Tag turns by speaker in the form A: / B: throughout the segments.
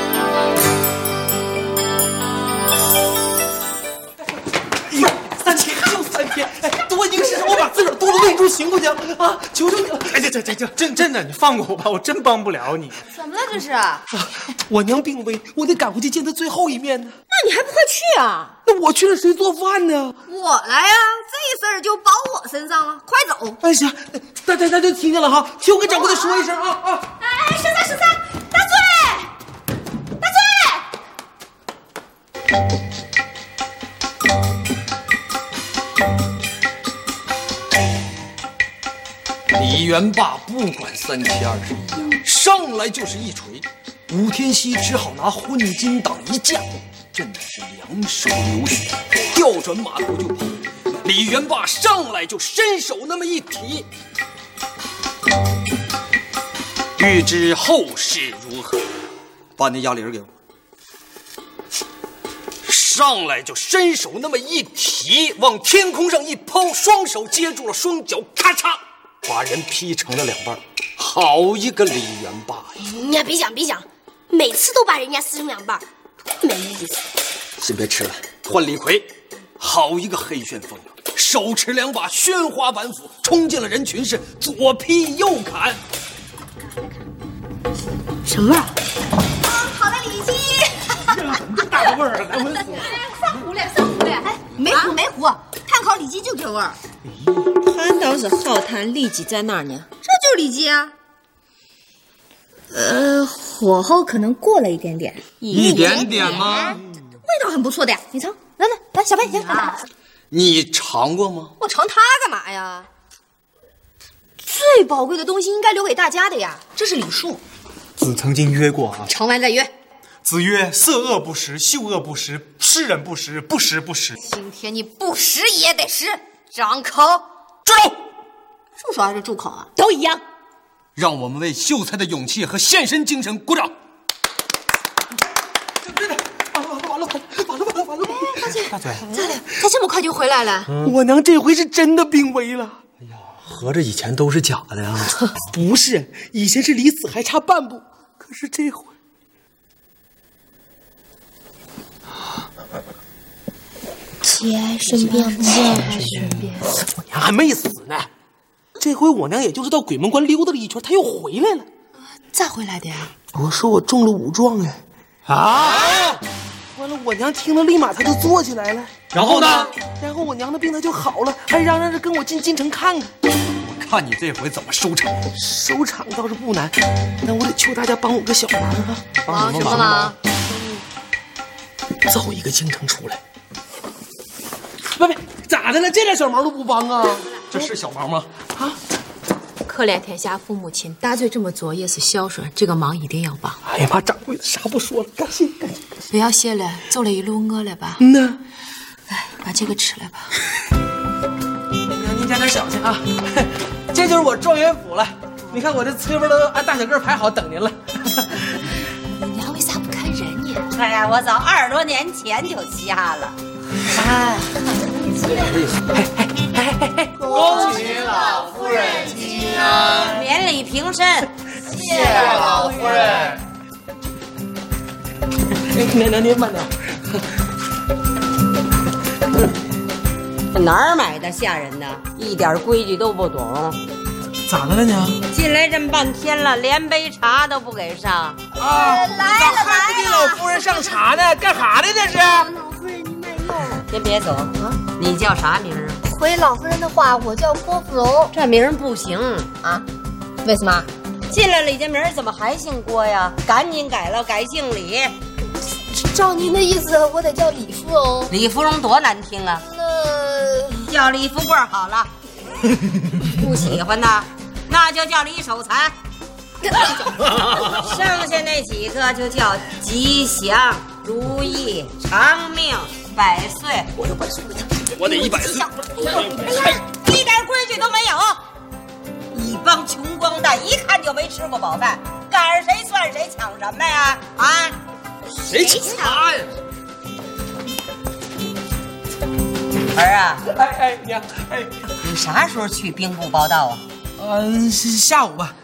A: 哎啊！求求你了！哎，这这这这，真真的，你放过我吧，我真帮不了你。
B: 怎么了这是？
A: 啊我娘病危，我得赶回去见她最后一面呢。
B: 那你还不快去啊？
A: 那我去了，谁做饭呢？
B: 我来呀、这事儿就包我身上了，快走！
A: 哎，行，大家大家听见了哈，听我跟掌柜的说一声啊啊！
B: 哎，十三十三，大嘴，大嘴，
C: 李元霸不管三七二十一呀、上来就是一锤，武天锡只好拿混金挡一架，震的是两手流血，调转马头就跑。李元霸上来就伸手那么一提，欲知后事如何，把那鸭梨儿给我。上来就伸手那么一提，往天空上一抛，双手接住了双脚，咔嚓，把人劈成了两半儿。好一个李元霸呀！
D: 你呀，别讲别讲，每次都把人家撕成两半儿，没意思。
C: 先别吃了，换李逵。好一个黑旋风啊！手持两把宣花板斧，冲进了人群，是左劈右砍。
D: 什么味儿？
B: 好的李七，
A: 大味儿，来闻死！
B: 上壶来上壶来，哎，没壶没壶，炭烤里脊就这味儿，
E: 哎
F: 潘导是浩谈利己在那儿呢？
B: 这就是里脊啊。
E: 呃，火候可能过了一点点，
C: 一点点
B: 哎
C: 吗？
E: 味道很不错的呀。你尝，来来来，小白，你尝。
B: 啊
C: 你尝过吗？
B: 我尝它干嘛呀？最宝贵的东西应该留给大家的呀，这是礼数。
A: 子曾经曰过啊，
B: 尝完再约。
A: 子曰：色恶不食，嗅恶不食，吃人不食，不食不食。
B: 今天你不食也得食，张口
C: 住手！
B: 住手还是住口啊？
D: 都一样。
C: 让我们为秀才的勇气和献身精神鼓掌。
A: 真的，完了啊完了完了完了完了！大嘴，
B: 他这么快就回来了？
A: 我娘这回是真的病危了。
G: 合着以前都是假的呀？
A: 不是，以前是离死还差半步，可是这回，
D: 节哀顺变，节哀
A: 我娘还没死呢。这回我娘也就是到鬼门关溜达了一圈，她又回来了。
B: 咋回来的
F: 啊
B: 呀？
A: 我说我中了五撞哎！
C: 啊！
A: 完了，我娘听了立马她就坐起来了。
C: 然后呢？
A: 然后我娘的病她就好了，还嚷嚷着跟我进京城看看。
C: 看你这回怎么收场。
A: 收场倒是不难，但我得求大家帮我个小忙啊！
B: 帮什么忙？
A: 造一个京城出来。喂喂，咋的了？这点小忙都不帮啊？
C: 这是小忙吗？
F: 可怜天下父母亲，大嘴这么做也是孝顺，这个忙一定要帮。
A: 哎呀妈，掌柜的啥不说了，感谢感谢。
F: 不要谢了，走了一路饿了吧？
A: 嗯呐，
F: 把这个吃了吧。
A: 您加点小心啊！ 这就是我状元府了，你看我这崔婆都按大小个排好等您了。
F: 娘为啥不看人呀？
H: 哎呀，我早二十多年前就下了。
A: 恭喜老夫人！
H: 免礼平身，
A: 奶奶您慢点。
H: 哪儿买的吓人呢？一点规矩都不懂。
A: 咋的了娘？
H: 进来这么半天了，连杯茶都不给上。
A: 啊，来了还不给老夫人上茶呢？干哈呢这是？
D: 老夫人您慢用。
H: 先别走，你叫啥名儿？
D: 回老夫人的话，我叫郭芙蓉。
H: 这名儿不行啊？为什么？进来李家明儿怎么还姓郭呀？赶紧改了，改姓李。
D: 照您的意思，我得叫李芙蓉。
H: 李芙蓉多难听啊！
D: 那
H: 叫李富贵儿 好了。不喜欢的，那就叫李守 财。剩下那几个就叫吉祥、如意、长命、百岁。我
C: 我得一百岁。
H: 一点规矩都没有，一帮穷光蛋，一看就没吃过饱饭，赶上谁算谁，抢什么呀？啊！
C: 谁抢他呀？
H: 儿啊，
A: 哎哎娘，哎，
H: 你啥时候去兵部报道啊？
A: 嗯、下午吧。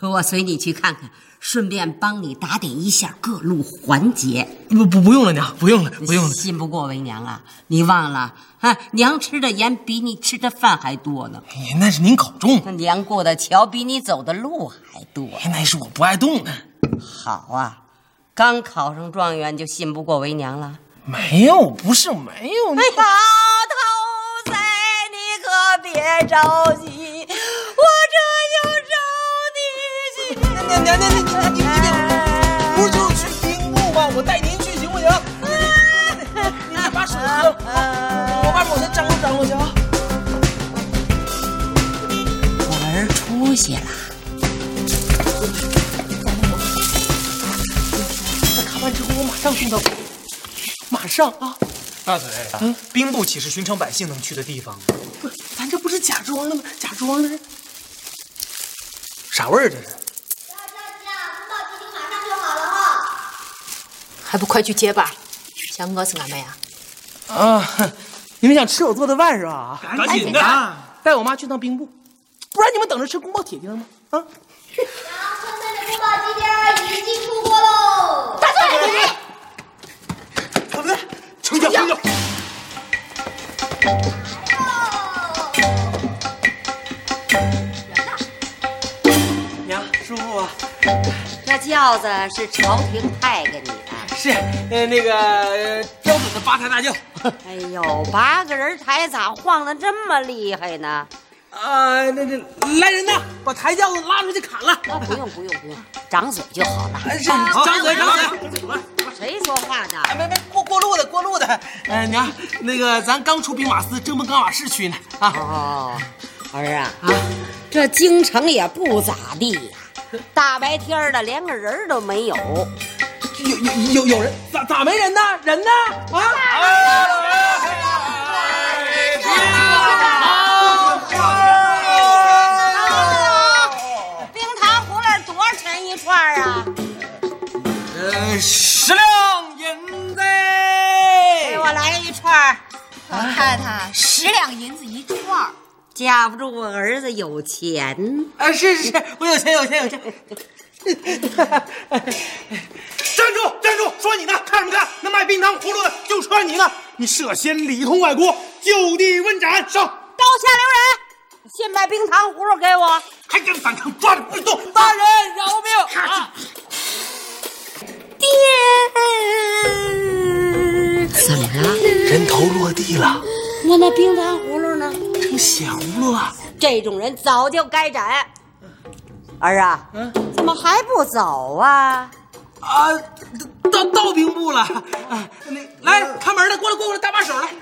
H: 我随你去看看，顺便帮你打点一下各路环节。
A: 不不不用了，娘，不用了，不用了。
H: 信不过为娘啊！你忘了啊？娘吃的盐比你吃的饭还多呢，
A: 哎那是您口重，
H: 娘过的桥比你走的路还多。
A: 哎那是我不爱动的。
H: 好啊，刚考上状元就信不过为娘了。
A: 没有，不是没有。
H: 哎，老头崽，你可别着急，我这就找你去。
A: 娘娘娘娘，您不是就是去兵库吗？我带您去行不 行？您先把水喝了，我把我的张罗张罗去啊。
H: 我儿出息了。
A: 看完之后，我马上送到，马上啊！
C: 大嘴，嗯，兵部岂是寻常百姓能去的地方？
A: 不，咱这不是假装的吗？假装的，
C: 啥
A: 啊
C: 味儿这是？
I: 还不快去结巴，想饿死俺们呀？
A: 啊，你们想吃我做的饭是吧？
C: 赶紧的！
A: 带我妈去趟兵部，不然你们等着吃宫保铁钉吗？啊！
C: 对不对？成交成交。
A: 娘，舒服吧？
H: 这轿子是朝廷派给你的。
A: 是，呃，那个呃标准的八抬大轿。
H: 哎呦，八个人抬咋晃得这么厉害呢？
A: 啊，那这来人呐，把抬轿子拉出去砍了！
H: 啊，不用不用不用，掌嘴就好了。
A: 哎，是张嘴张嘴，哎
H: 谁说话呢？
A: 没没过过路的过路的。哎，娘，那个咱刚出兵马司，正奔冈瓦市区呢啊！
H: 哦，儿啊啊，这京城也不咋地呀、大白天儿的连个人儿都没有。
A: 有有有有人咋咋没人呢？人呢？啊！
H: 哎啊冰糖葫芦多少钱一串儿啊？
C: 呃，十两银子。
H: 给我来一串儿。
B: 老太太，十两银子一串儿，
H: 架不住我儿子有钱。
A: 啊，是是是，我有钱有钱有钱。
C: 站住站住！说你呢，看什么看？那卖冰糖葫芦的就说你呢，你涉嫌里通外国，就地问斩。上，
H: 刀下留人，先把冰糖葫芦给我。
C: 还敢反抗，抓着不许动！
A: 大人饶命啊！
H: 怎么了？
C: 人头落地了，
H: 我那冰糖葫芦呢？
A: 成血葫芦了，
H: 这种人早就该斩。儿啊，怎么还不走啊？
A: 啊，到到兵部了。啊，那来看门的，过来过来，搭把手来。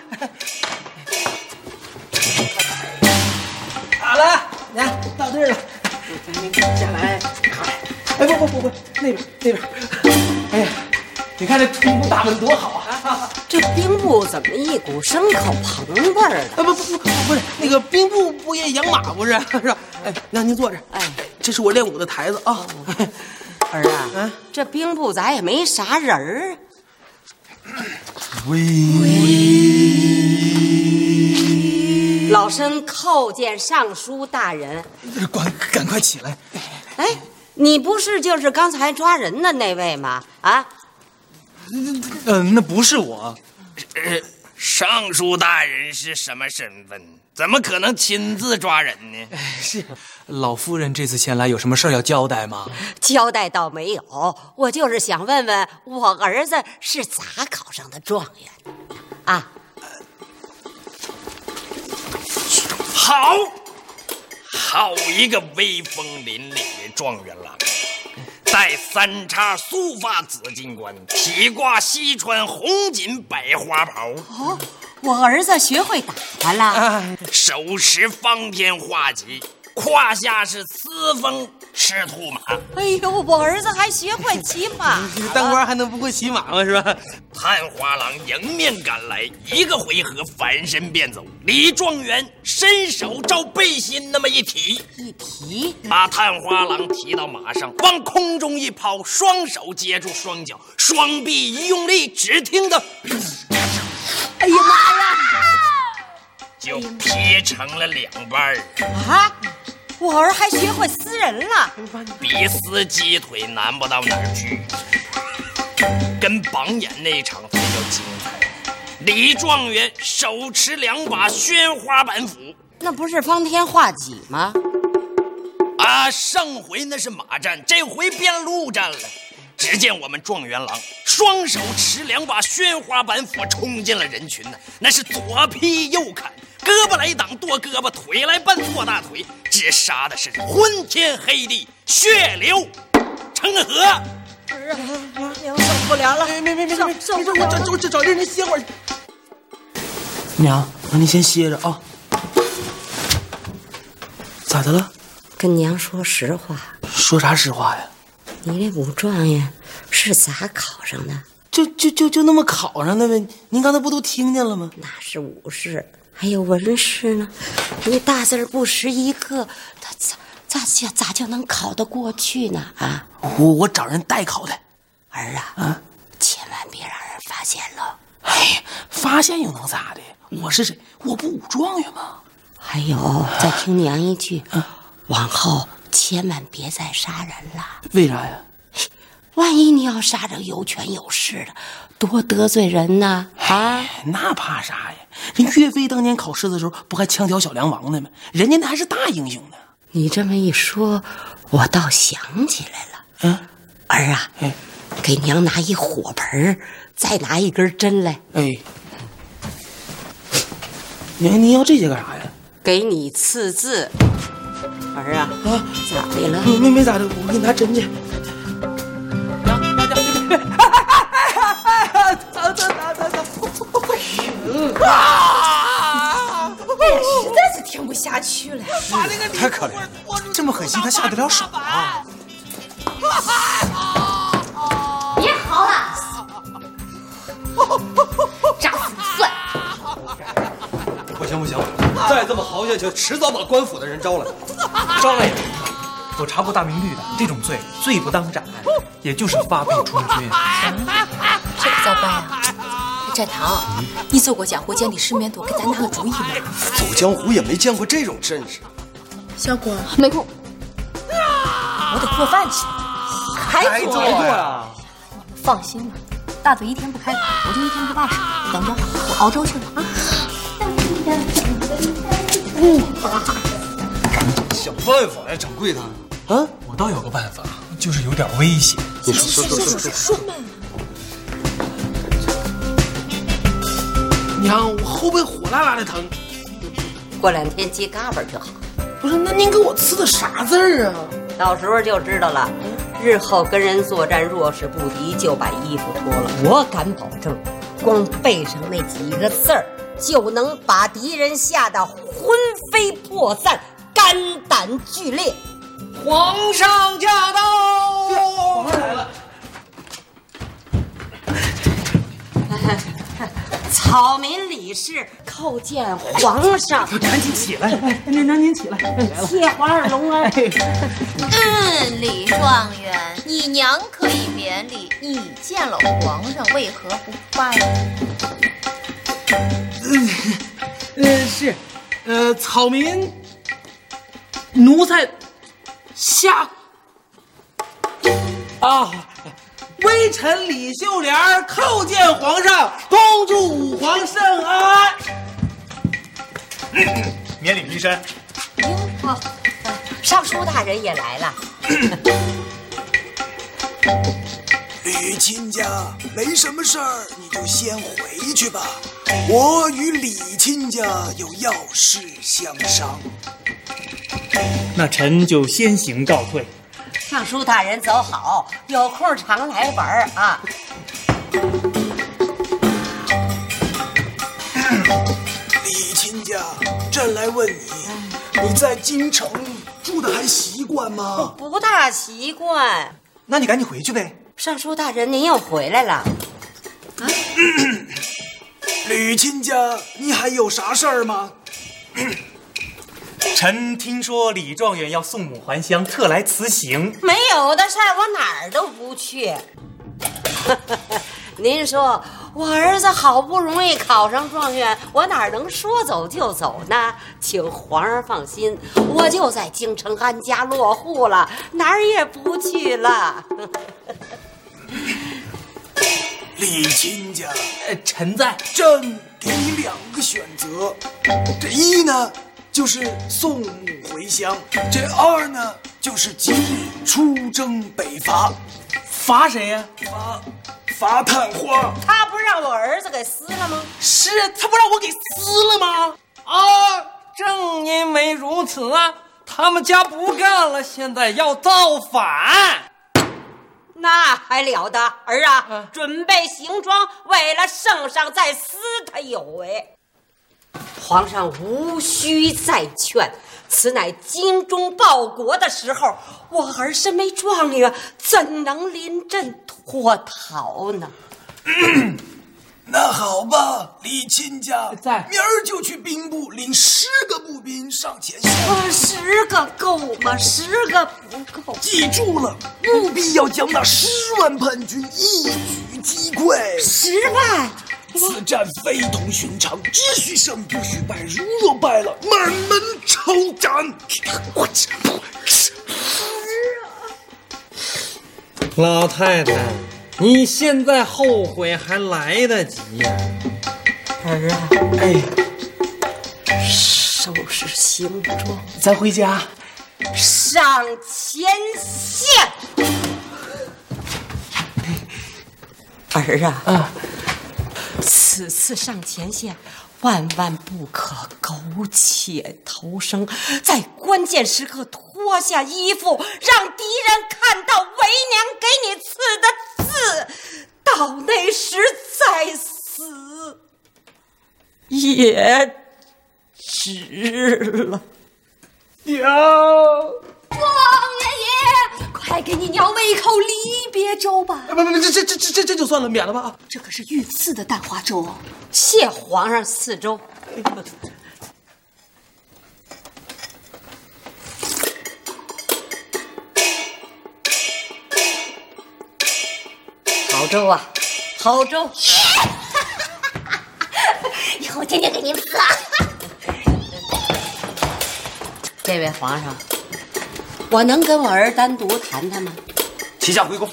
A: 好了，来到地儿了。下来，哎不不不不，那边那边。哎呀，你看这兵部大门多好啊！
H: 这兵部怎么一股牲口旁味儿
A: 啊不不不不是那个兵部不也养马不是 是吧？哎，让您坐这。哎，这是我练武的台子啊。
H: 儿啊，这兵部咱也没啥人儿啊。喂，老身叩见尚书大人。
C: 赶赶快起来！
H: 哎，你不是就是刚才抓人的那位吗？啊，
J: 呃
C: 嗯，那不是我，
K: 尚书大人是什么身份？怎么可能亲自抓人呢？
C: 老夫人这次前来有什么事儿要交代吗？
H: 交代倒没有，我就是想问问我儿子是咋考上的状元的啊？
K: 好，好一个威风凛凛的状元郎，戴三叉素发紫金冠，体挂西川红锦百花袍，
H: 我儿子学会打扮了。
K: 手持方天画戟，胯下是雌蜂赤兔马，
H: 哎呦，我儿子还学会骑马了。
A: 当官还能不会骑马吗？是吧？
K: 探花郎迎面赶来，一个回合翻身便走，离状元伸手照背心那么一提，
H: 一提，
K: 把探花郎提到马上，往空中一抛，双手接住双脚，双臂一用力，只听得，哎呀妈呀！就劈成了两半儿。
H: 啊，
L: 我儿还学会撕人了。
K: 比撕鸡腿难不到哪儿去，跟榜眼那场才叫精彩。李状元手持两把宣花板斧，
L: 那不是方天画戟吗？
K: 啊，上回那是马战，这回变陆战了。只见我们状元郎双手持两把宣花板斧，冲进了人群呢、那是左劈右砍，胳膊来挡剁胳膊，腿来绊剁大腿，这杀的是昏天黑地，血流成河。
L: 受不了了，
A: 哎没没没没没，我找找找找地儿，您歇会儿。娘，那您先歇着啊。咋的了？
H: 跟娘说实话，
A: 说啥实话呀？
H: 你这武状元是咋考上的？
A: 就就就就那么考上的呗？您刚才不都听见了吗？
H: 那是武士，还有文士呢。那大字儿不识一个，他咋咋叫咋就能考得过去呢？啊，
A: 我我找人代考的。
H: 儿啊，啊，千万别让人发现了。
A: 哎呀，发现又能咋的？我是谁？我不武状元吗？
L: 哎
H: 还有，再听娘一句，
L: 啊
H: 往后千万别再杀人了。
A: 为啥呀？
H: 万一你要杀着有权有势的，多得罪人呐！啊，
A: 哎那怕啥呀？人岳飞当年考试的时候，不还枪挑小梁王呢吗？人家那还是大英雄呢。
H: 你这么一说，我倒想起来了。
A: 嗯，
H: 儿啊，
A: 哎
H: 给娘拿一火盆儿，再拿一根针来，
A: 哎，娘，您要这些干啥呀？
H: 给你刺字。儿啊，
A: 啊，
H: 咋的了？
A: 没没没咋的，我给你拿针去。娘，娘，娘，别别别！哎哎哎哎！走走走走走！啊！
F: 实在是听不下去了。
J: 太可怜了，这么狠心，他下得了手啊！
E: 别嚎了，炸死你算了。
J: 不行不行，再这么嚎下去，迟早把官府的人招来。招来也没用，我查过大明律的，这种罪罪不当斩，也就是发配充军。
F: 这可咋办呀？展啊堂，啊你做过江湖见底世面多，给咱拿个主意嘛。
J: 走江湖也没见过这种阵势。
F: 小果，
E: 没空，
F: 我得做饭去。还做呀？放心吧，大嘴一天不开口，我就一天不罢手。等着，我熬粥去了啊！
J: 想办法呀，掌柜的。
A: 啊，
J: 我倒有个办法，就是有点危险。你说说说说说，
A: 娘，我后背火辣辣的疼。
H: 过两天接嘎巴就好，
A: 不是，那您给我刺的啥字儿啊？
H: 到时候就知道了。日后跟人作战，若是不敌，就把衣服脱了。我敢保证，光背上那几个字儿，就能把敌人吓得魂飞魄散，肝胆俱裂。
L: 皇上驾到！
H: 草民李氏叩见皇上，
A: 赶紧起来！哎，娘娘您起来。
H: 谢皇上隆恩。
E: 嗯，李状元，你娘可以免礼，你见了皇上为何不拜？
A: 呃，是，呃，草民，奴才下啊，微臣李秀莲儿叩见皇上，恭祝吾皇圣安。
M: 免礼医生，
H: 哦，尚书大人也来了。
J: 李亲家没什么事儿，你就先回去吧。我与李亲家有要事相商。
M: 那臣就先行告退。
H: 尚书大人走好，有空常来玩儿啊。
J: 李亲家，朕来问你，你在京城住的还习惯吗？
H: 不大习惯。
J: 哦那你赶紧回去呗。
H: 尚书大人，您又回来了。
J: 吕亲家，你还有啥事儿吗？
M: 臣听说李状元要送母还乡，特来辞行。
H: 没 有的事儿，我哪儿都不去。您说我儿子好不容易考上状元，我哪能说走就走呢？请皇上放心，我就在京城安家落户了，哪儿也不去了。
J: 李亲家，呃臣在。朕给你两个选择，这一呢就是送母回乡，这二呢就是给予出征北伐。
A: 罚谁呀、
J: 罚罚探花。
L: 他不让我儿子给撕了吗？
A: 是他不让我给撕了吗？
N: 啊，正因为如此啊，他们家不干了，现在要造反。
L: 那还了得！儿啊，啊准备行装，为了圣上再撕他有为。
H: 皇上无需再劝，此乃精忠报国的时候。我儿身为状元，怎能临阵脱逃呢？
J: 那好吧，李亲家
A: 在，
J: 明儿就去兵部领十个步兵上前线。
H: 啊，十个够吗？十个不够。
J: 记住了，务必要将那十万叛军一举击溃。
H: 十万，
J: 此战非同寻常，只许胜不许败，如若败了，满门抄斩。我操！
N: 老太太，你现在后悔还来得及呀、
H: 儿啊，哎，收拾行装，
A: 咱回家。
H: 上前线。儿啊，啊，此次上前线，万万不可苟且偷生，在关键时刻脱下衣服，让敌人看到为娘给你刺的字，到那时再死也值了。
A: 娘。
B: 状元爷，快给你娘喂一口离别粥吧！
A: 不不不，这这这这这这就算了，免了吧啊！
B: 这可是御赐的蛋花 粥哦。
H: 谢皇上赐粥。好粥啊，好 粥！
O: 以后天天给您喝。
H: 这位皇上，我能跟我儿单独谈谈吗？
M: 提下回宫。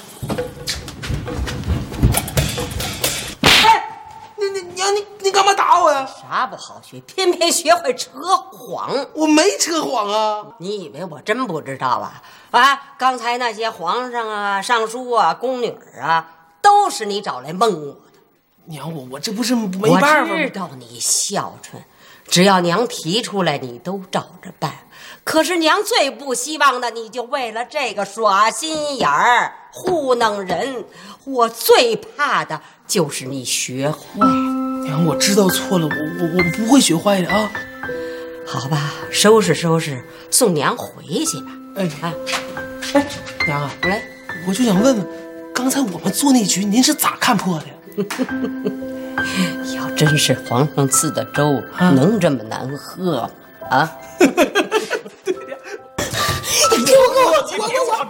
A: 你你娘你你干嘛打我呀？
H: 啥不好学，偏偏学会扯谎。
A: 我没扯谎啊！
H: 你以为我真不知道啊？啊，刚才那些皇上啊、尚书啊、宫女儿啊，都是你找来蒙我的。
A: 娘我我这不是没办法
H: 我
A: 吗
H: 知？道你孝顺，只要娘提出来，你都照着办。可是娘最不希望的，你就为了这个耍心眼儿、糊弄人。我最怕的就是你学坏。
A: 娘我知道错了，我我我不会学坏的啊！
H: 好吧，收拾收拾，送娘回去吧。
A: 哎
H: 啊，
A: 哎，娘啊，
H: 来，
A: 我就想问问，刚才我们做那局，您是咋看破的呀？
H: 要真是皇上赐的粥，能这么难喝吗？啊，
O: 你给我给我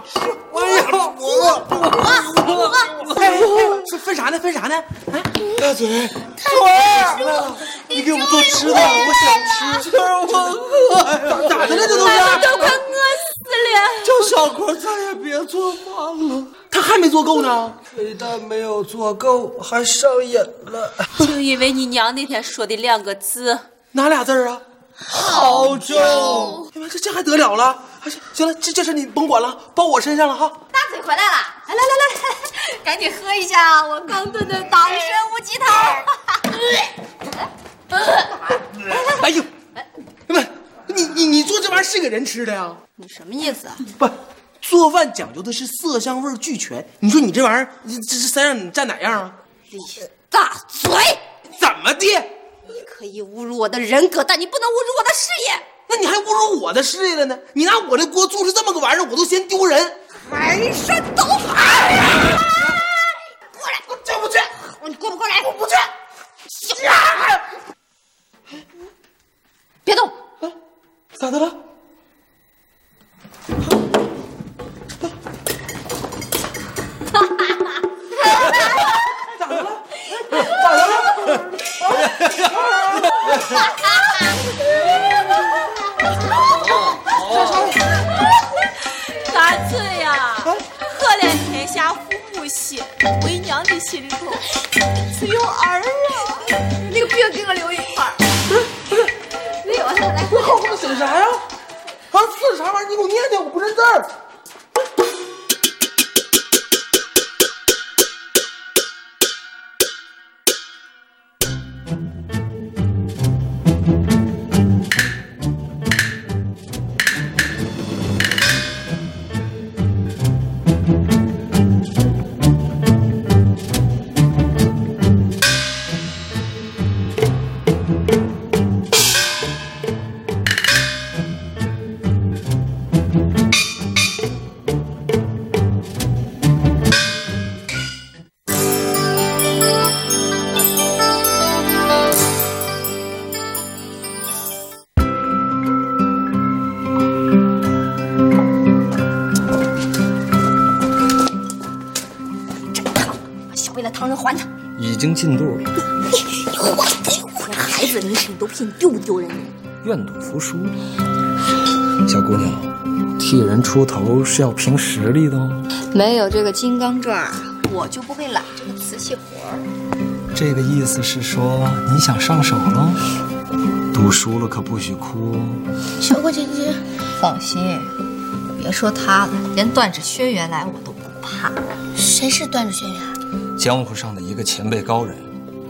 O: 我我
A: 我我我我我！分分啥呢？分啥呢？啊！
J: 大嘴，
A: 腿了！你给我做吃的，我想吃。我饿咋咋的了？这都是
B: 都快饿死了。
A: 这小锅再也别做饭了，他还没做够呢。
J: 腿蛋没有做够，还上瘾了。
P: 就因为你娘那天说的两个 字，
A: 哪俩字儿啊？
P: 好
A: 粥。哎妈，这这还得了了？还是行了，这这事你甭管了，包我身上了哈。
B: 大嘴回来了，来来来来，赶紧喝一下啊！我刚炖的党参乌鸡汤。
A: 哎呦，哎妈，你你你做这玩意儿是给人吃的呀？
B: 你什么意思啊？
A: 不，做饭讲究的是色香味儿俱全。你说你这玩意儿，这这这三样你占哪样啊？
B: 李大嘴，
A: 怎么的？
B: 你可以侮辱我的人格，但你不能侮辱我的事业。
A: 那你还侮辱我的事业了呢？你拿我的锅做出这么个玩意儿，我都嫌丢人。
B: 满山倒海。
A: 过来，我这不去。
B: 你过不过来？
A: 我不去。
B: 别动！
A: 咋的了？
B: 哎次呀，可怜天下父母心，为娘的心里头只有儿啊。那个饼给我留一块儿。
A: 没有，来，我靠，我整啥呀？啊，字啥玩意儿？你给我念念，我不认字儿。
H: 小贝的糖人还他！
C: 已经进肚了，
H: 你还你孩子，你你都骗丢不丢人？
C: 愿赌服输。小姑娘，替人出头是要凭实力的哦。
Q: 没有这个金刚钻，我就不会揽这个瓷器活儿。
C: 这个意思是说你想上手了？赌输了可不许哭哦。
Q: 小果姐姐，
R: 放心，别说他了，连断指轩辕来我都不怕。
O: 谁是段子轩啊辕？
C: 江湖上的一个前辈高人，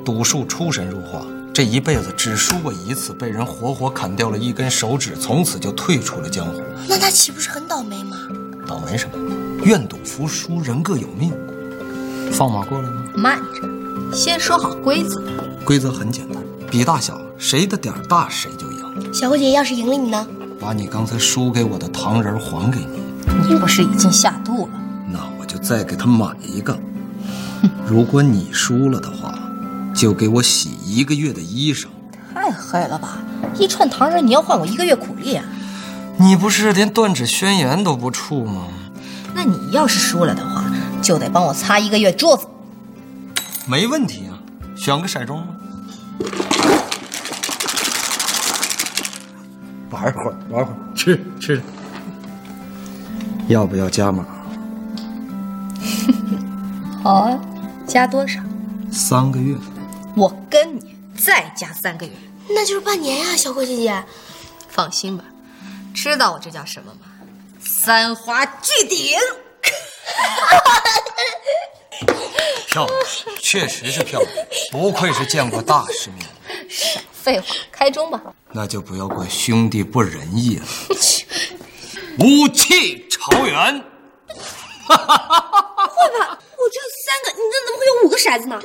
C: 赌术出神入化，这一辈子只输过一次，被人活活砍掉了一根手指，从此就退出了江湖。
O: 那他岂不是很倒霉吗？
C: 倒霉什么？愿赌服输，人各有命。放马过来吗？
R: 慢着，先说好规则。
C: 规则很简单，比大小，谁的点儿大谁就赢。
O: 小郭姐要是赢了你呢？
C: 把你刚才输给我的糖人儿还给你，
H: 你不是已经下肚了？
C: 那我就再给他买一 个。如果你输了的话，就给我洗一个月的衣裳。
H: 太黑了吧！一串糖人你要换我一个月苦力啊？
C: 你不是连断指轩辕都不怵吗？
H: 那你要是输了的话，就得帮我擦一个月桌子。
C: 没问题啊，选个色盅吧。玩会儿，玩会儿，吃吃。要不要加码？
H: 好啊，加多少？
C: 三个月。
H: 我跟你再加三个月。
O: 那就是半年呀、小郭姐啊姐。
R: 放心吧，知道我这叫什么吗？
H: 三花聚顶。
C: 漂亮，确实是漂亮，不愧是见过大世面。
H: 少废话，开中吧。
C: 那就不要怪兄弟不仁义啊了。武器朝元，
O: 快吧，我只有三个，你这怎么会有五个骰子呢？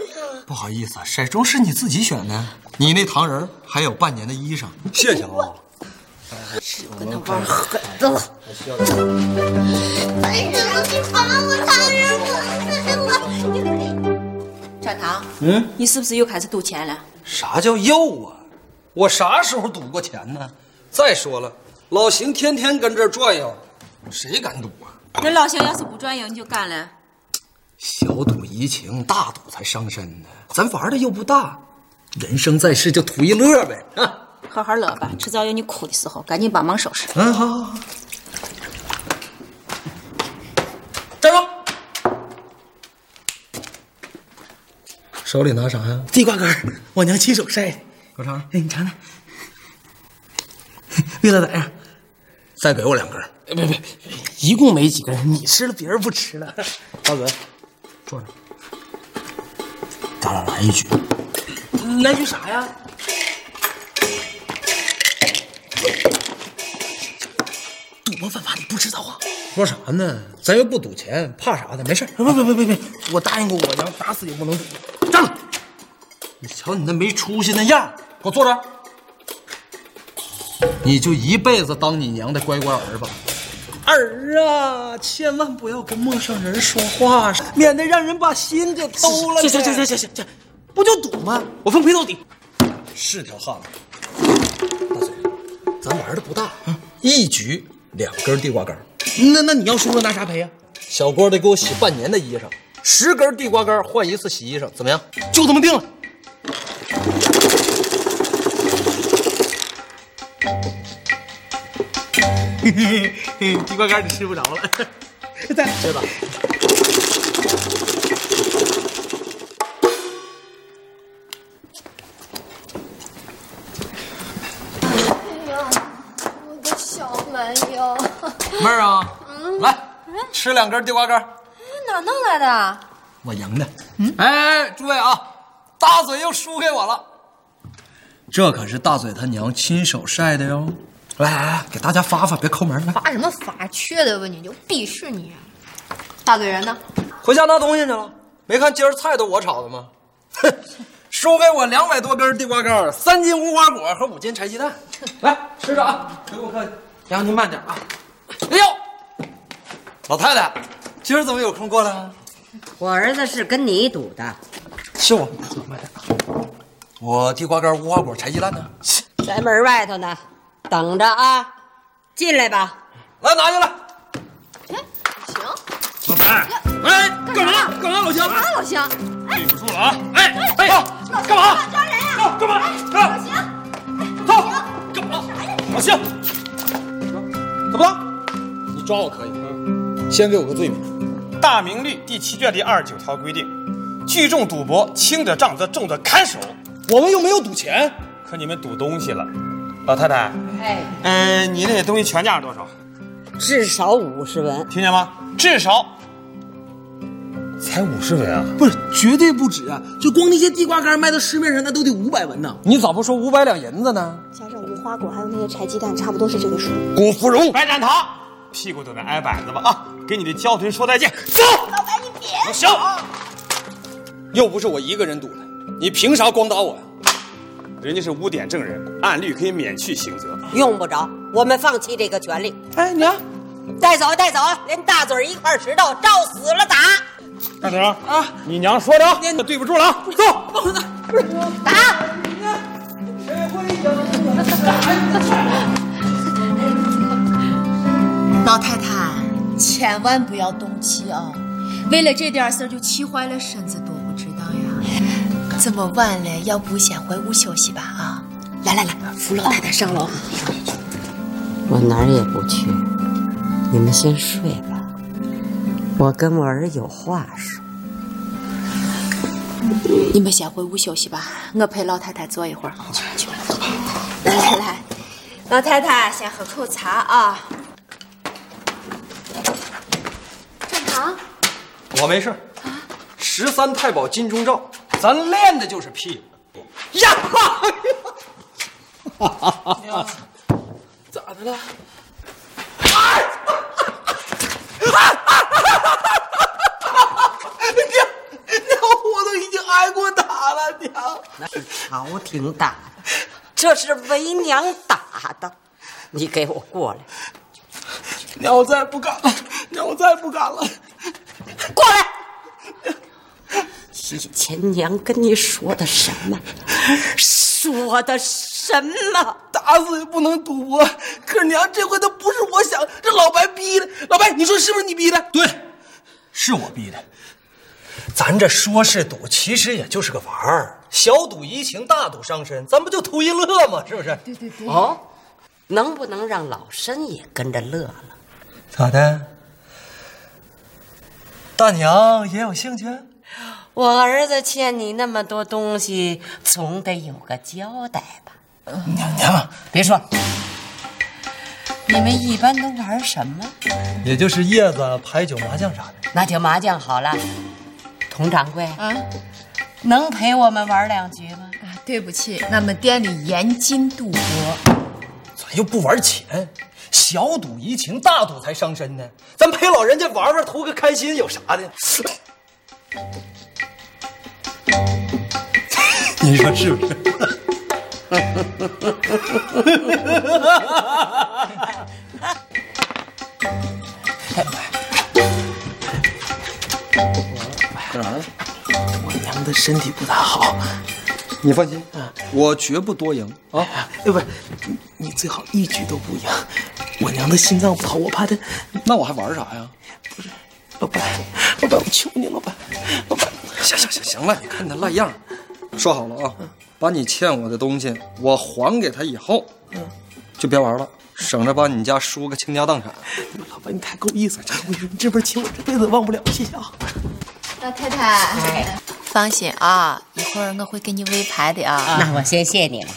C: 不好意思啊，骰盅是你自己选的，你那糖人儿还有半年的衣裳，谢谢啊。
H: 跟他玩狠的了。
O: 为什么你把我当人我我？
B: 展堂，
C: 嗯，
B: 你是不是又开始赌钱了？
C: 啥叫又啊？我啥时候赌过钱呢？再说了，老邢天天跟这儿转悠，谁敢赌啊？
B: 那老邢要是不转悠，你就干了。
C: 小赌怡情，大赌才伤身呢。咱玩的又不大，人生在世就图一乐呗。
B: 好好乐吧，迟早有你哭的时候，赶紧帮忙收拾。
C: 嗯，好，好，好。站住！手里拿啥呀？
A: 地瓜干儿，我娘亲手晒的。
C: 我尝尝，
A: 哎，你尝尝。为了咋样？哎
C: 再给我两根儿。
A: 别别，别一共没几根，你吃了，别人不吃了。大哥，
C: 坐着，咱俩来一局。
A: 来句啥呀？赌博犯法，你不知道啊？
C: 说啥呢？咱又不赌钱，怕啥的？没事。
A: 别别别别别！我答应过我娘，打死也不能赌。
C: 你瞧你那没出息那样儿，给我坐这儿。你就一辈子当你娘的乖乖儿吧。
A: 儿啊，千万不要跟陌生人说话，免得让人把心给偷了。
C: 行行行行
A: 行行行，不就赌吗？我奉陪到底。
C: 是条汉子。大嘴，咱玩的不大，一局两根地瓜干儿。
A: 那那你要输了拿啥赔呀、
C: 小郭得给我洗半年的衣裳，十根地瓜干儿换一次洗衣裳，怎么样？
A: 就这么定了。地瓜干你吃不着了。再吃吧。
P: 哎呀，我的小蛮腰！
J: 妹儿啊，来吃两根地瓜干，
F: 哪弄来的？
J: 我赢的。哎，诸位啊，大嘴又输给我了。这可是大嘴他娘亲手晒的哟！来来来，给大家发发，别抠门来。
B: 发什么发？缺德吧你就鄙视
E: 啊
B: 你、大嘴人呢？
J: 回家拿东西去了，没看今儿菜都我炒的吗？ 哼，输给我两百多根地瓜干，三斤无花果和五斤柴鸡蛋。来吃着啊，给我看。然后您慢点啊。哎呦，老太太，今儿怎么有空过来啊？
H: 我儿子是跟你赌的，
J: 是我。慢点啊。我地瓜干、无花果、柴鸡蛋呢？
H: 在门外头呢，等着啊，进来吧。
J: 来拿进来。
M: 哎，干嘛？干嘛，老乡？
B: 啊，老乡，
M: 对不住了啊！哎哎，干嘛？抓人
E: 啊
M: 呀！干
E: 哎
M: 嘛？老乡，走，干嘛？老乡，
J: 怎么了？你抓我可以，先给我个罪名。
M: 《大明律》第七卷第二十九条规定，聚众赌博，轻者杖责，重者砍首。
J: 我们又没有赌钱，
M: 可你们赌东西了。老太太，
H: 哎，
M: 嗯，你那东西全价是多少？
H: 至少五十文，
M: 听见吗？至少才五十文啊！
A: 不是，绝对不止啊！就光那些地瓜干卖到市面上，那都得五百文呢。
J: 你咋不说五百两银子呢？
P: 加上无花果还有那些柴鸡蛋，差不多是这个数。
J: 郭芙蓉，
M: 白展堂，屁股都得挨板子吧啊！给你的胶臀说再见，走。
P: 老白，你别
M: 老乡，
J: 又不是我一个人赌的，你凭啥光打我呀？
M: 人家是污点证人，按律可以免去刑责。
H: 用不着，我们放弃这个权利。
J: 哎，娘，
H: 带走带走，连大嘴儿一块儿石头，照死了打。
M: 大娘啊，你娘说的啊，对不住了啊，走。
E: 老太太，千万不要动气啊！为了这点事儿就气坏了身子，多不值当
M: 哎
E: 呀！这么晚了，要不先回屋休息吧啊！来来来，扶老太太上楼。
H: 我哪儿也不去，你们先睡吧。我跟我儿有话说。
E: 你们先回屋休息吧，我陪老太太坐一会儿。来来来，老太太先喝口茶啊。
B: 正常。
J: 我没事。十三太保金钟罩，咱练的就是屁股。呀哈！
A: 咋的了？娘，娘，我都已经挨过打了，娘。
H: 那是朝廷打的，这是为娘打的。你给我过来，
A: 娘，我再也不敢了，娘，我再也不敢了。
H: 过来！以前娘跟你说的什么？说的什么？
A: 打死也不能赌博。可是娘，这回他不是我想，这老白逼的。老白，你说是不是你逼的？
J: 对，是我逼的。咱这说是赌，其实也就是个玩儿，小赌怡情，大赌伤身，咱不就图一乐吗？是不是？对对对。
H: 哦，能不能让老身也跟着乐了？
J: 咋的？大娘也有兴趣？
H: 我儿子欠你那么多东西，总得有个交代吧。
J: 娘娘，
H: 别说，你们一般都玩什么？
J: 也就是叶子、牌九、麻将啥的。
H: 那就麻将好了。佟掌柜，啊，能陪我们玩两局吗？
E: 啊，对不起，我们店里严禁赌博。
J: 咱又不玩钱，小赌怡情，大赌才伤身呢。咱陪老人家玩玩，图个开心，有啥的？你说是不是？
A: 干啥呢？我娘的身体不大好，
J: 你放心，
C: 啊
J: 我绝不多赢啊！
A: 哎不是，你你最好一局都不赢。我娘的心脏不好，我怕她。
J: 那我还玩啥呀？
A: 老白，老白，我求你，老白，老哎白，
J: 行行行行了，你看他赖样儿，说好了啊，把你欠我的东西我还给他以后，就别玩了，省着把你家输个倾家荡产。
A: 老板，你太够意思了，真的我跟你说，你这份情我这辈子忘不了，谢谢啊。
F: 老太
H: 哎
F: 太，放心啊，一会儿我会给你喂牌的 啊。
H: 那我先谢你了。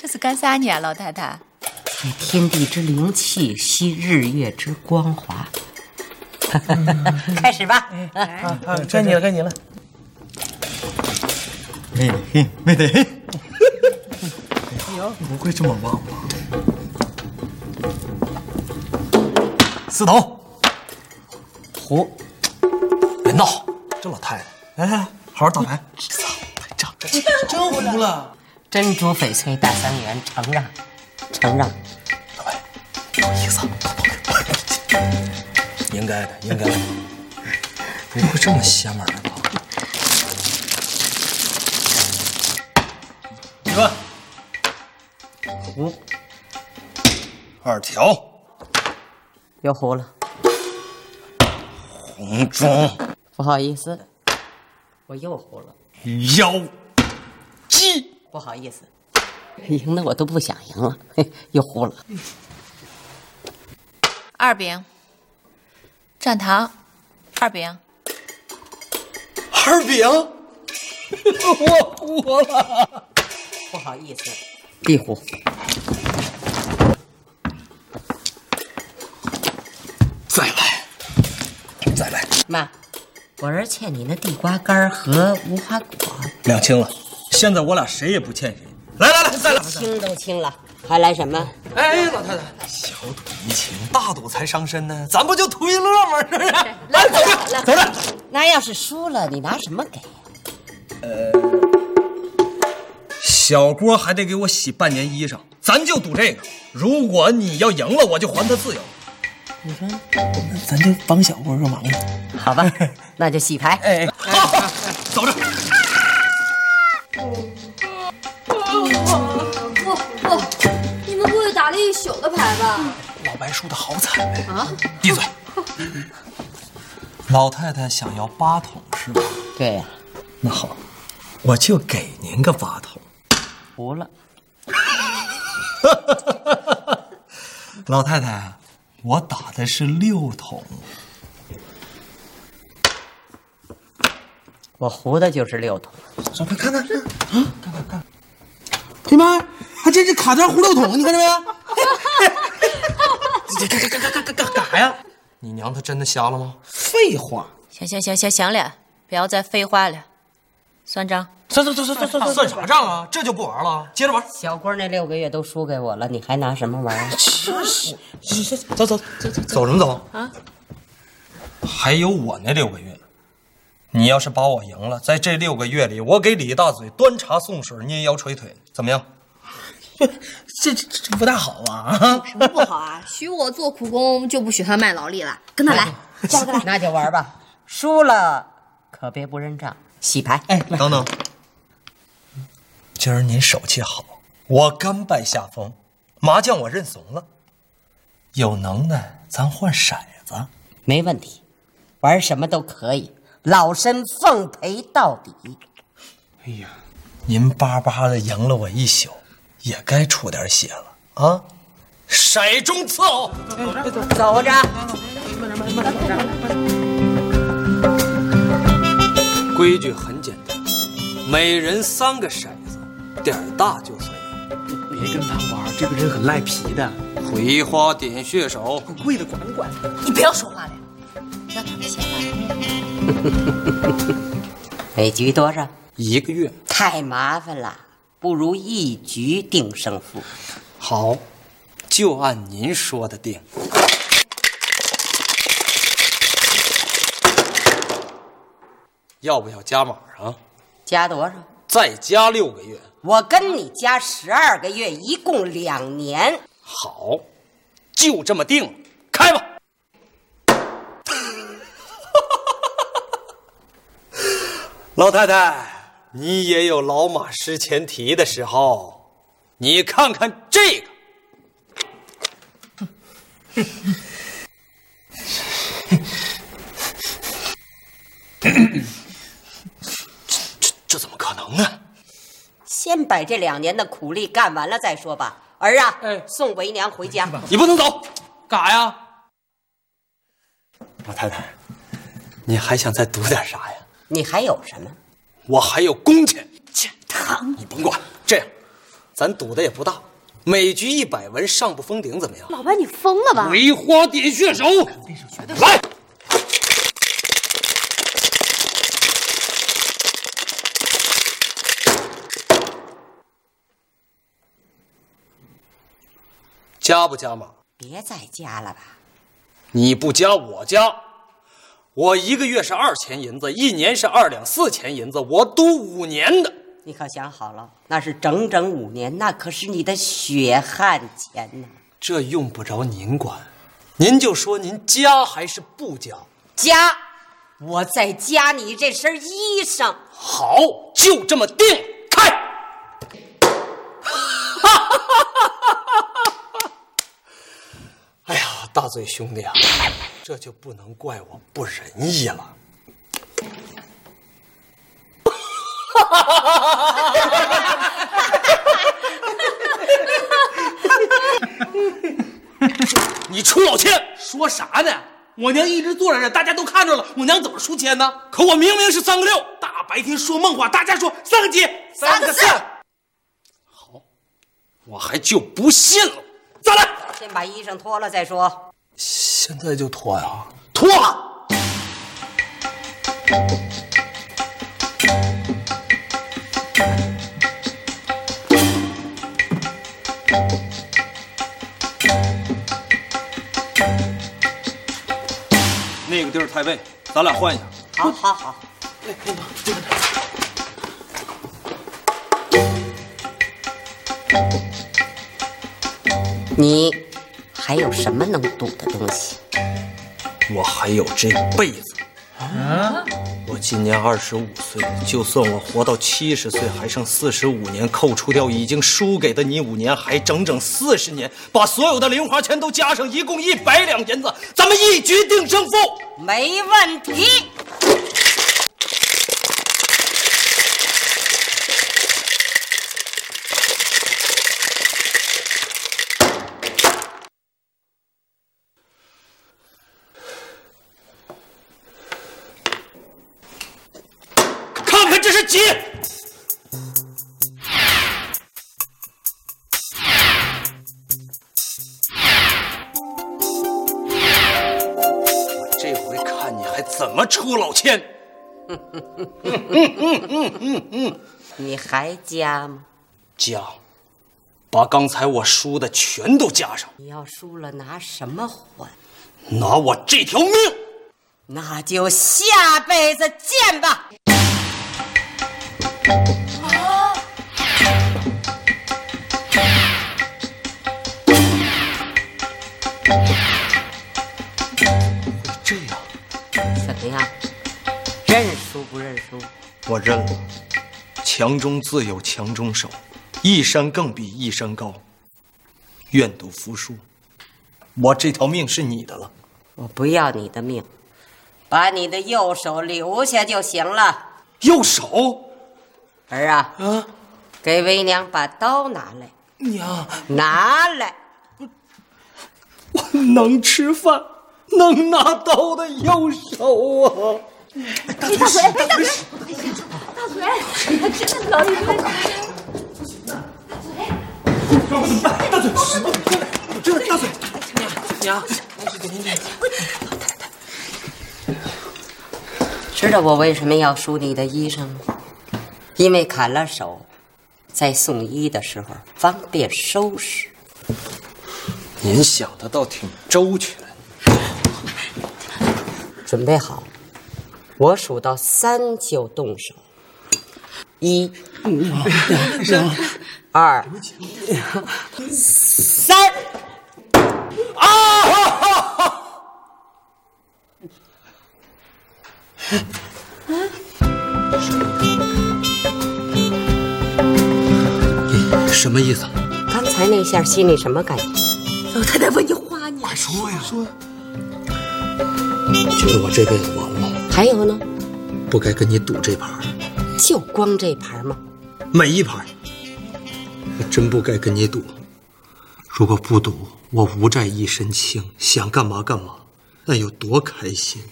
F: 这是干啥呢、啊，老太太？
H: 采天地之灵气，吸日月之光华。 开始吧，
A: 啊啊，该你了，该你了。
C: 嘿嘿，妹得嘿，哎
A: 有
C: 不会这么忘吧？四头，胡，别闹，哎这老太太，来来来，好好倒牌。
A: 真糊了，
H: 珍珠翡翠大三元，承让，承让。
C: 老板，有意思，
J: 应该的，应该的，不会这么邪门儿吧？
C: 你问，
H: 胡
J: 二条，
H: 又胡了。
J: 红中，
H: 不好意思，我又胡了。
J: 腰，鸡，
H: 不好意思，赢的我都不想赢了，嘿又胡了。
F: 二饼，蘸糖，二饼，
J: 二饼，我胡了，
H: 不好意思，壁虎，
J: 再来，再来，
H: 慢。我是欠你那地瓜干和无花果，
J: 两清了。现在我俩谁也不欠谁。来来来，再来，
H: 清都清了，还来什么？
J: 哎，老太太，小赌怡情，大赌才伤身呢。咱不就图一乐吗？是不是？来，走着，走着。
H: 那要是输了，你拿什么给？
J: 呃，小郭还得给我洗半年衣裳，咱就赌这个。如果你要赢了，我就还他自由。
H: 你说，
A: 咱就帮小郭个忙吧。
H: 好 吧，那就洗牌。哎，
J: 好，走着。
B: 不不，哦你们不会打了一宿的牌吧？
J: 老白输的好惨
B: 啊！
J: 闭嘴。老太太想要八筒是吧？
H: 对呀。
J: 那好，我就给您个八筒。
H: 服了。
J: 老太太。我打的是六筒，
H: 我胡的就是六筒。
A: 走，快看看，啊，看看看，哎妈，还真是卡单胡六筒，你看见没有？
J: 干干干干干干干啥呀？你娘她真的瞎了吗？
A: 废话。
F: 行行行行行了，不要再废话了，算账。
J: 算算算算算算算啥账啊？这就不玩了，接着玩。
H: 小郭那六个月都输给我了，你还拿什么玩？啊
J: 真是，走走走走走什么走啊？还有我那六个月，你要是把我赢了，在这六个月里，我给李大嘴端茶送水、捏腰捶腿，怎么样？
A: 这这这不大好啊！
B: 什么不好啊？许我做苦工就不许他卖劳力了，跟他来，叫他来，
H: 那就玩吧。输了可别不认账，洗牌。
J: 哎，等等。今儿您手气好，我甘拜下风。麻将我认怂了，有能耐咱换骰子，
H: 没问题，玩什么都可以，老身奉陪到底。
J: 哎呀，您巴巴的赢了我一宿，也该出点血了啊！骰盅伺候，
H: 走着，
J: 规矩很简单，每人三个骰子。点儿大就算，
A: 别跟他玩，这个人很赖皮的。
J: 葵花点穴手，
A: 滚跪着管管。
F: 你不要说话了，让他们先
H: 玩。每局多少？
J: 一个月。
H: 太麻烦了，不如一局定胜负。
J: 好，就按您说的定。要不要加码啊？
H: 加多少？
J: 再加六个月。
H: 我跟你加十二个月，一共两年。
J: 好，就这么定了，开吧。老太太，你也有老马失前蹄的时候，你看看这个。这这这怎么可能呢？
H: 先把这两年的苦力干完了再说吧。儿啊，送为娘回家。
S: 哎你不能走，干啥呀？
K: 老太太，你还想再赌点啥呀？
H: 你还有什么？
K: 我还有工钱，
H: 疼！
K: 你甭管。这样，咱赌的也不大，每局一百文，上不封顶，怎么样？
B: 老白，你疯了吧？
K: 梅花点穴手，
B: 来，
K: 加不加码？
H: 别再加了吧。
K: 你不加我加，我一个月是二钱银子，一年是二两四钱银子，我赌五年的。
H: 你可想好了，那是整整五年，那可是你的血汗钱呐、
K: 这用不着您管，您就说您加还是不加？
H: 加，我再加你这身衣裳。
K: 好，就这么定。 哎呀，大嘴兄弟啊，这就不能怪我不仁义了。
A: 你出老千！说啥呢？我娘一直坐在这儿，大家都看着了。我娘怎么出千呢？可我明明是三个六，大白天说梦话，大家说三个几，
K: 三个四
A: 好，
K: 我还就不信了。
H: 再来，先把衣裳脱了再说。
K: 现在就脱呀！
H: 脱了。
K: 那个地儿太背，咱俩换一下。
H: 好，好，好。你还有什么能赌的东西？
K: 我还有这辈子，
H: 啊，
K: 我今年二十五岁，就算我活到七十岁，还剩四十五年，扣除掉已经输给的你五年，还整整四十年，把所有的零花钱都加上，一共一百两银子，咱们一局定胜负。
H: 没问题。
A: 看看这是几？
K: 我这回看你还怎么出老千！
H: 你还加吗？
K: 加，把刚才我输的全都加上，
H: 你要输了拿什么还？
K: 拿我这条命！
H: 那就下辈子见吧。
K: 哦这样
H: 怎么样？认输不认输？
K: 我认了。强中自有强中手，一山更比一山高。愿赌服输，我这条命是你的了。
H: 我不要你的命，把你的右手留下就行了。
K: 右手，
H: 儿啊，啊，给为娘把刀拿来，
K: 娘，
H: 拿来。
K: 我能吃饭，能拿刀的右手啊！
C: 哎
T: 大嘴，大嘴，大嘴，你真的老有问题。
A: 大嘴，我真的大嘴，
K: 娘，
H: 知道我为什么要输你的衣裳吗？因为砍了手，在送医的时候方便收拾。
K: 您想的倒挺周全。
H: 准备好，我数到三就动手。一，二，三。
A: 啊！
K: 什么意思？
H: 刚才那下心里什么感觉？
T: 老太太问你花你，快
K: 说呀！
T: 说，
K: 觉得我这辈子完了，
H: 还有呢，
K: 不该跟你赌这盘儿，
H: 就光这盘吗？
K: 每一盘儿
C: 我真不该跟你赌。如果不赌，我无债一身轻，想干嘛干嘛，那有多开心？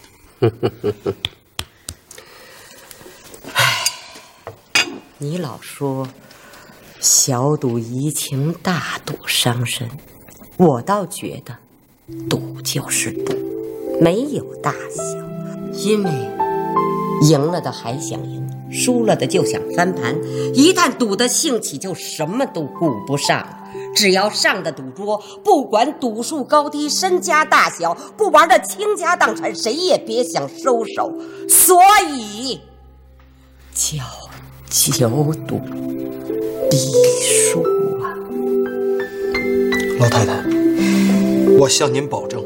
H: 你老说小赌怡情，大赌伤身，我倒觉得赌就是赌，没有大小，因为赢了的还想赢，输了的就想翻盘。一旦赌得兴起，就什么都顾不上了。只要上的赌桌，不管赌术高低、身家大小，不玩的倾家荡产，谁也别想收手。所以，叫九赌必输啊！
C: 老太太，我向您保证，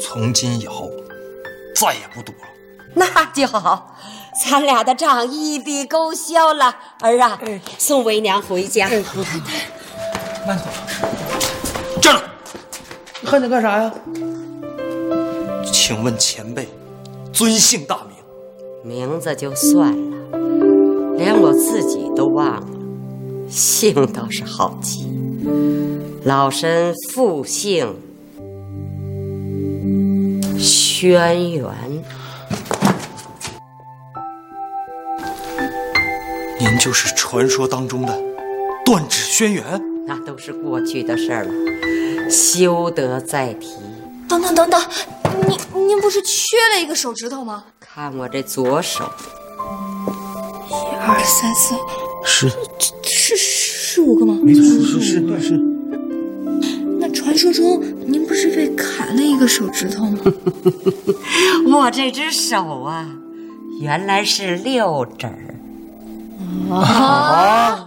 C: 从今以后再也不赌了。
H: 那就好，咱俩的账一笔勾销了。儿啊，
A: 嗯
H: 送为娘回家。
A: 慢走。站
C: 住！
A: 你看着干啥呀？
C: 请问前辈，尊姓大名？
H: 名字就算了，连我自己都忘了，姓倒是好记。老身复姓轩辕，
C: 您就是传说当中的断指轩辕？
H: 那都是过去的事儿了，休得再提。
B: 等等等等，您您不是缺了一个手指头吗？
H: 看我这左手，
B: 一二三四，
C: 是
B: 是是五个吗？
C: 没错，是是是。
B: 那传说中您不是被砍了一个手指头吗？
H: 我这只手啊，原来是六指儿。
B: 啊！